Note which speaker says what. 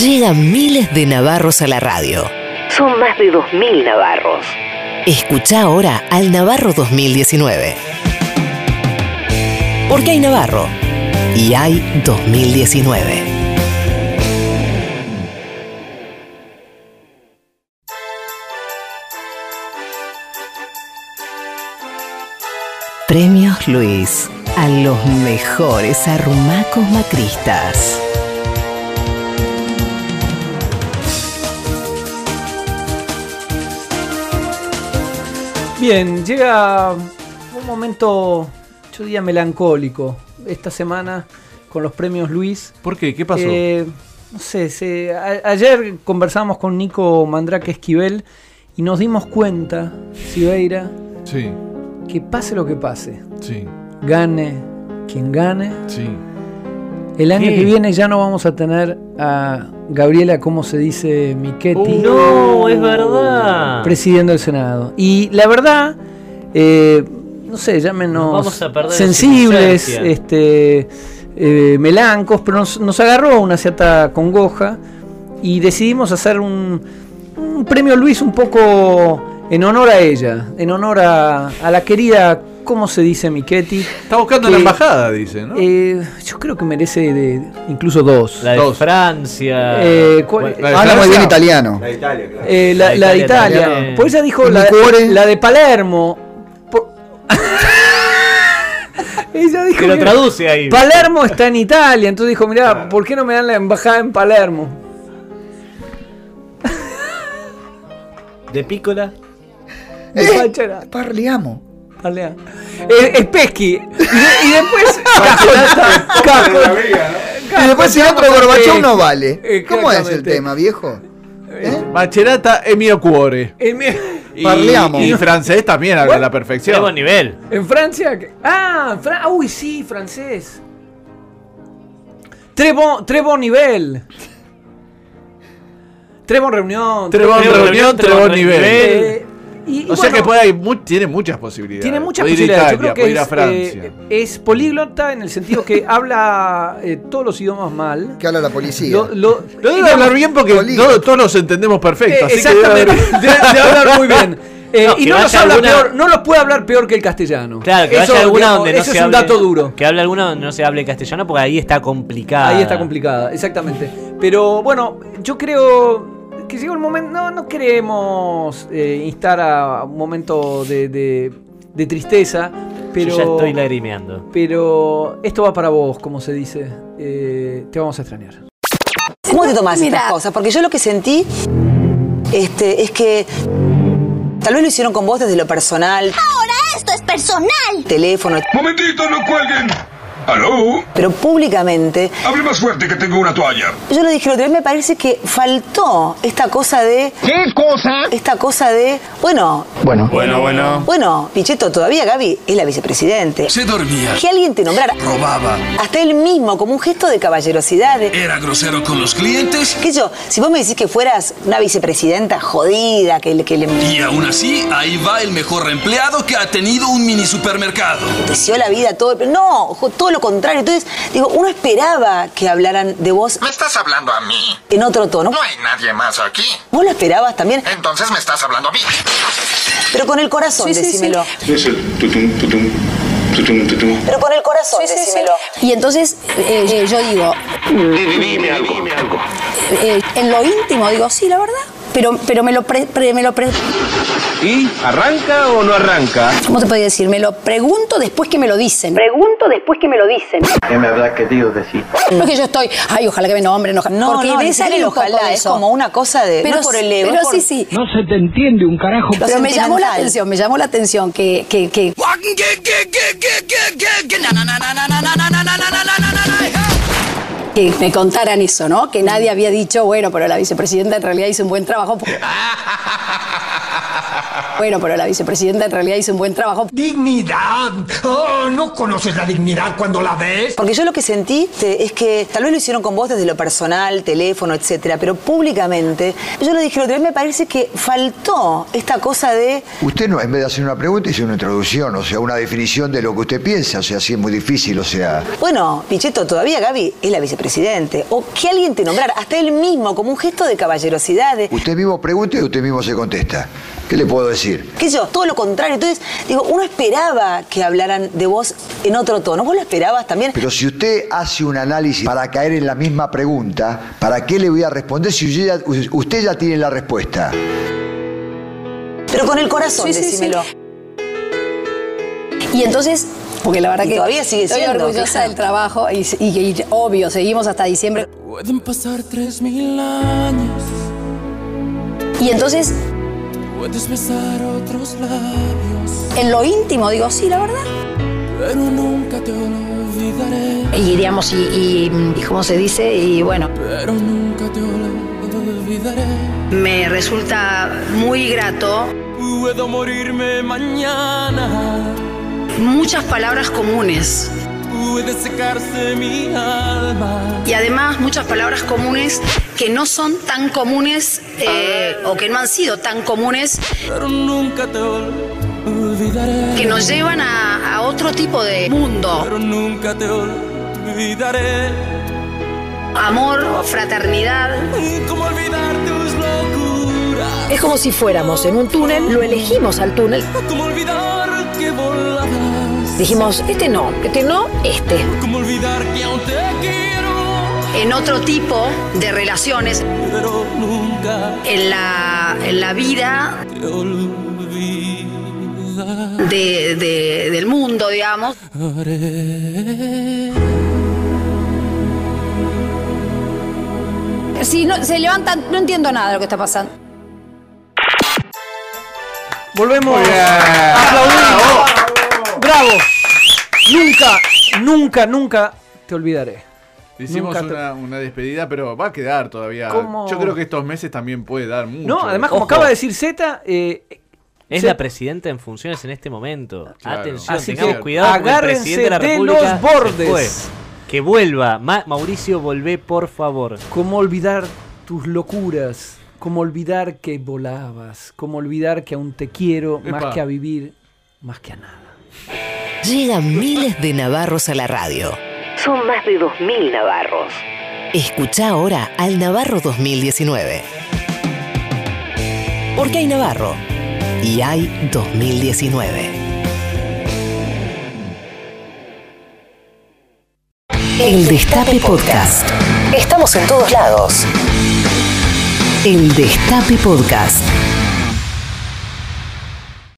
Speaker 1: Llegan miles de navarros a la radio. Son más de 2.000 navarros. Escucha ahora al Navarro 2019. Porque hay Navarro y hay 2019. Premios Luis a los mejores arrumacos macristas.
Speaker 2: Bien, llega un momento, yo diría melancólico, esta semana con los premios Luis.
Speaker 3: ¿Por qué? ¿Qué pasó?
Speaker 2: Eh, no sé, se- a- ayer conversamos con Nico Mandrake Esquivel y nos dimos cuenta, Sibeira,
Speaker 3: Sí,
Speaker 2: que pase lo que pase,
Speaker 3: sí,
Speaker 2: gane quien gane,
Speaker 3: sí.
Speaker 2: el año
Speaker 3: ¿Qué?
Speaker 2: que viene ya no vamos a tener a Gabriela, como se dice, Miquetti.
Speaker 4: Uh, No, es verdad.
Speaker 2: presidiendo el Senado. Y la verdad, eh, no sé, llámenos
Speaker 4: Nos vamos a perder
Speaker 2: sensibles,
Speaker 4: esa inocencia.
Speaker 2: este, eh, melancos, pero nos, nos agarró una cierta congoja y decidimos hacer un, un premio Luis un poco en honor a ella, en honor a, a la querida, ¿cómo se dice Miquetti?
Speaker 3: Está buscando la
Speaker 2: Que-
Speaker 3: embajada, dice, ¿no?
Speaker 2: Eh, yo creo que merece de- incluso dos.
Speaker 4: La de
Speaker 3: Dos.
Speaker 4: Francia.
Speaker 2: Eh, ¿cuál-
Speaker 3: La de
Speaker 5: Habla muy
Speaker 3: Francia.
Speaker 5: bien italiano.
Speaker 2: Eh, la, la de Italia.
Speaker 4: también.
Speaker 2: Por ella dijo la,
Speaker 5: Licuores.
Speaker 2: la de Palermo. Por- ella dijo
Speaker 4: Que lo
Speaker 2: que
Speaker 4: traduce ahí.
Speaker 2: Palermo está en Italia. Entonces dijo, mirá, ¿por qué no me dan la embajada en Palermo?
Speaker 4: De pícola.
Speaker 2: Bachara.
Speaker 5: Parliamo.
Speaker 2: Alea. Eh, es Pesqui. Y, de- y después. Cajota, Cajota.
Speaker 5: Y después si otro Gorbachov no vale. ¿Cómo es el
Speaker 2: Exactamente.
Speaker 5: tema, viejo? ¿Eh?
Speaker 3: Macherata e mio cuore.
Speaker 2: En, mi-
Speaker 3: Y,
Speaker 5: Parliamo.
Speaker 3: y francés también habla a la
Speaker 4: Nuevo
Speaker 3: perfección.
Speaker 4: nivel.
Speaker 2: en Francia. que- Ah, en Fra- uy, sí, francés. Tres bon, tres bon nivel. Tres bon reunión.
Speaker 3: Trebón
Speaker 4: Trebón reunión,
Speaker 3: reunión, trebón
Speaker 4: trebón nivel.
Speaker 3: nivel.
Speaker 2: Eh, y- y
Speaker 3: O sea
Speaker 2: bueno,
Speaker 3: que puede, hay mu- tiene muchas posibilidades.
Speaker 2: tiene muchas
Speaker 3: Puede ir a
Speaker 2: posibilidades. Yo
Speaker 3: Italia,
Speaker 2: creo que
Speaker 3: puede ir a
Speaker 2: es,
Speaker 3: Francia.
Speaker 2: eh, es políglota en el sentido que habla eh, todos los idiomas mal.
Speaker 5: Que habla la policía.
Speaker 2: Lo- lo- eh,
Speaker 3: no debe
Speaker 2: digamos,
Speaker 3: hablar bien porque
Speaker 5: Bolívar.
Speaker 3: no- todos los entendemos
Speaker 2: eh,
Speaker 3: perfecto. así que debe
Speaker 2: exactamente.
Speaker 3: haber-
Speaker 2: De, de hablar muy bien. Eh,
Speaker 4: No,
Speaker 2: y
Speaker 4: que
Speaker 2: no los,
Speaker 4: vaya
Speaker 2: habla
Speaker 4: alguna-
Speaker 2: peor- no los puede hablar peor que el castellano.
Speaker 4: Claro, que
Speaker 2: Eso,
Speaker 4: vaya alguna
Speaker 2: digamos,
Speaker 4: donde no
Speaker 2: eso
Speaker 4: se
Speaker 2: es un
Speaker 4: hable-
Speaker 2: dato duro.
Speaker 4: Que hable alguna donde no se hable castellano porque ahí está complicada.
Speaker 2: Ahí está complicada, exactamente. Pero bueno, yo creo que llega un momento. No, no queremos eh, instar a un momento de, de- de tristeza, pero.
Speaker 4: Yo ya estoy lagrimeando.
Speaker 2: Pero esto va para vos, como se dice. Eh, te vamos a extrañar.
Speaker 6: ¿Cómo te tomás estas cosas? Porque yo lo que sentí este, es que tal vez lo hicieron con vos desde lo personal,
Speaker 7: Ahora esto es personal.
Speaker 6: teléfono,
Speaker 8: Momentito, no cuelguen. ¿Aló?
Speaker 6: pero públicamente.
Speaker 8: Hable más fuerte que tengo una toalla.
Speaker 6: Yo lo dije el otro día, me parece que faltó esta cosa de. ¿Qué cosa? Esta cosa de. Bueno,
Speaker 5: Bueno.
Speaker 8: Bueno, bueno.
Speaker 6: bueno, Pichetto, todavía Gaby es la vicepresidente.
Speaker 8: Se dormía,
Speaker 6: Que alguien te nombrara.
Speaker 8: robaba,
Speaker 6: Hasta él mismo, como un gesto de caballerosidad. de-
Speaker 8: era grosero con los clientes
Speaker 6: ¿Qué sé yo? Si vos me decís que fueras una vicepresidenta jodida, que le. Que le
Speaker 8: y aún así ahí va el mejor empleado que ha tenido un mini supermercado.
Speaker 6: deseo la vida, todo. No, jo- todo lo contrario. Entonces, digo, uno esperaba que hablaran de vos
Speaker 9: ¿Me estás hablando a mí?
Speaker 6: en otro tono.
Speaker 9: No hay nadie más aquí.
Speaker 6: Vos lo esperabas también,
Speaker 9: Entonces me estás hablando a mí.
Speaker 6: pero con el corazón,
Speaker 7: Sí, sí, sí.
Speaker 6: decímelo.
Speaker 8: Es el tutum, tutum, tutum, tutum.
Speaker 6: Pero con el corazón, decímelo.
Speaker 7: Y entonces eh, eh, yo digo,
Speaker 8: Dime algo, dime algo.
Speaker 7: eh, en lo íntimo, digo, sí, la verdad. Pero, pero me lo pre- pre- me lo pre-
Speaker 8: ¿Y arranca o no arranca?
Speaker 7: ¿Cómo te podría decir? Me lo pregunto después que me lo dicen.
Speaker 6: Pregunto después que me lo dicen.
Speaker 10: ¿Qué me habrá querido decir?
Speaker 7: No es que yo estoy, ay, ojalá que me nombren, ojalá.
Speaker 6: No,
Speaker 7: Porque
Speaker 6: no,
Speaker 7: debe
Speaker 6: ni siquiera
Speaker 7: salir
Speaker 6: el
Speaker 7: un poco
Speaker 6: ojalá,
Speaker 7: de
Speaker 6: es
Speaker 7: eso.
Speaker 6: como una cosa de- no es por el ego,
Speaker 7: Pero
Speaker 6: es por-
Speaker 7: sí, sí.
Speaker 10: No se te entiende un carajo.
Speaker 6: Lo
Speaker 7: Pero me llamó la
Speaker 6: sentimental.
Speaker 7: atención, me llamó la atención que, que, que que me contaran eso, ¿no? Que nadie había dicho, bueno, pero la vicepresidenta en realidad hizo un buen trabajo. Bueno, pero la vicepresidenta en realidad hizo un buen trabajo.
Speaker 6: ¡Dignidad! ¡Oh, no conoces la dignidad cuando la ves! Porque yo lo que sentí te- es que tal vez lo hicieron con vos desde lo personal, teléfono, etcétera, pero públicamente, yo lo dije el otro día, me parece que faltó esta cosa de
Speaker 5: Usted no, en vez de hacer una pregunta, hizo una introducción, o sea, una definición de lo que usted piensa, o sea, así es muy difícil, o sea.
Speaker 6: Bueno, Pichetto todavía, Gaby, es la vicepresidente. O que alguien te nombrara, hasta él mismo, como un gesto de caballerosidad. de-
Speaker 5: Usted mismo pregunta y usted mismo se contesta. ¿Qué le puedo decir?
Speaker 6: qué sé yo, todo lo contrario. Entonces, digo, uno esperaba que hablaran de vos en otro tono. ¿Vos lo esperabas también?
Speaker 5: Pero si usted hace un análisis para caer en la misma pregunta, ¿para qué le voy a responder si usted ya, usted ya tiene la respuesta?
Speaker 6: Pero con el corazón,
Speaker 7: Sí, sí, sí.
Speaker 6: decímelo.
Speaker 7: Y entonces, porque la verdad
Speaker 6: Y
Speaker 7: que
Speaker 6: todavía sigue
Speaker 7: estoy
Speaker 6: siendo,
Speaker 7: orgullosa
Speaker 6: claro.
Speaker 7: del trabajo y, y- y obvio, seguimos hasta diciembre.
Speaker 11: Pueden pasar tres mil años.
Speaker 7: Y entonces,
Speaker 11: Puedes besar otros labios.
Speaker 7: en lo íntimo, digo, sí, la verdad.
Speaker 11: Pero nunca te olvidaré.
Speaker 12: Y digamos, y, y, y cómo se dice, y bueno.
Speaker 11: Pero nunca te olvidaré.
Speaker 12: Me resulta muy grato.
Speaker 11: Puedo morirme mañana.
Speaker 12: Muchas palabras comunes.
Speaker 11: Puede secarse mi alma.
Speaker 12: Y además muchas palabras comunes que no son tan comunes eh, o que no han sido tan comunes
Speaker 11: Pero nunca te olvidaré.
Speaker 12: que nos llevan a, a otro tipo de mundo.
Speaker 11: Pero nunca te olvidaré.
Speaker 12: Amor, fraternidad.
Speaker 11: ¿Cómo olvidar tus locuras?
Speaker 13: Es como si fuéramos en un túnel, lo elegimos al túnel.
Speaker 11: ¿Cómo olvidar que volabas?
Speaker 13: Dijimos, este no, este no, este.
Speaker 11: ¿Cómo olvidar que aún te quiero?
Speaker 12: En otro tipo de relaciones.
Speaker 11: Pero nunca
Speaker 12: En la, en la vida
Speaker 11: te olvidaré.
Speaker 12: de- de- del mundo, digamos.
Speaker 7: Si no, se levantan, no entiendo nada de lo que está pasando.
Speaker 2: Volvemos. Aplaudimos. Bravo. Nunca, nunca, nunca te olvidaré.
Speaker 3: Hicimos
Speaker 2: Nunca te-
Speaker 3: una, una despedida, pero va a quedar todavía.
Speaker 2: ¿Cómo?
Speaker 3: Yo creo que estos meses también puede dar mucho.
Speaker 2: No, además, como
Speaker 3: Ojo.
Speaker 2: acaba de decir eh, Z,
Speaker 4: Es
Speaker 2: se-
Speaker 4: la presidenta en funciones en este momento.
Speaker 2: Claro.
Speaker 4: Atención,
Speaker 2: Así
Speaker 4: tengamos
Speaker 2: que
Speaker 4: cuidado. porque el
Speaker 2: agárrense
Speaker 4: presidente de, la
Speaker 2: de
Speaker 4: República
Speaker 2: los
Speaker 4: se
Speaker 2: bordes.
Speaker 4: fue. Que vuelva. Ma- Mauricio, volvé, por favor.
Speaker 2: Cómo olvidar tus locuras, cómo olvidar que volabas, cómo olvidar que aún te quiero
Speaker 1: Epa.
Speaker 2: más que a vivir, más que a nada.
Speaker 1: Llegan miles de navarros a la radio. Son más de 2.000 navarros. Escucha ahora al Navarro 2019. Porque hay Navarro y hay 2019. El Destape Podcast. Estamos en todos lados. El Destape Podcast.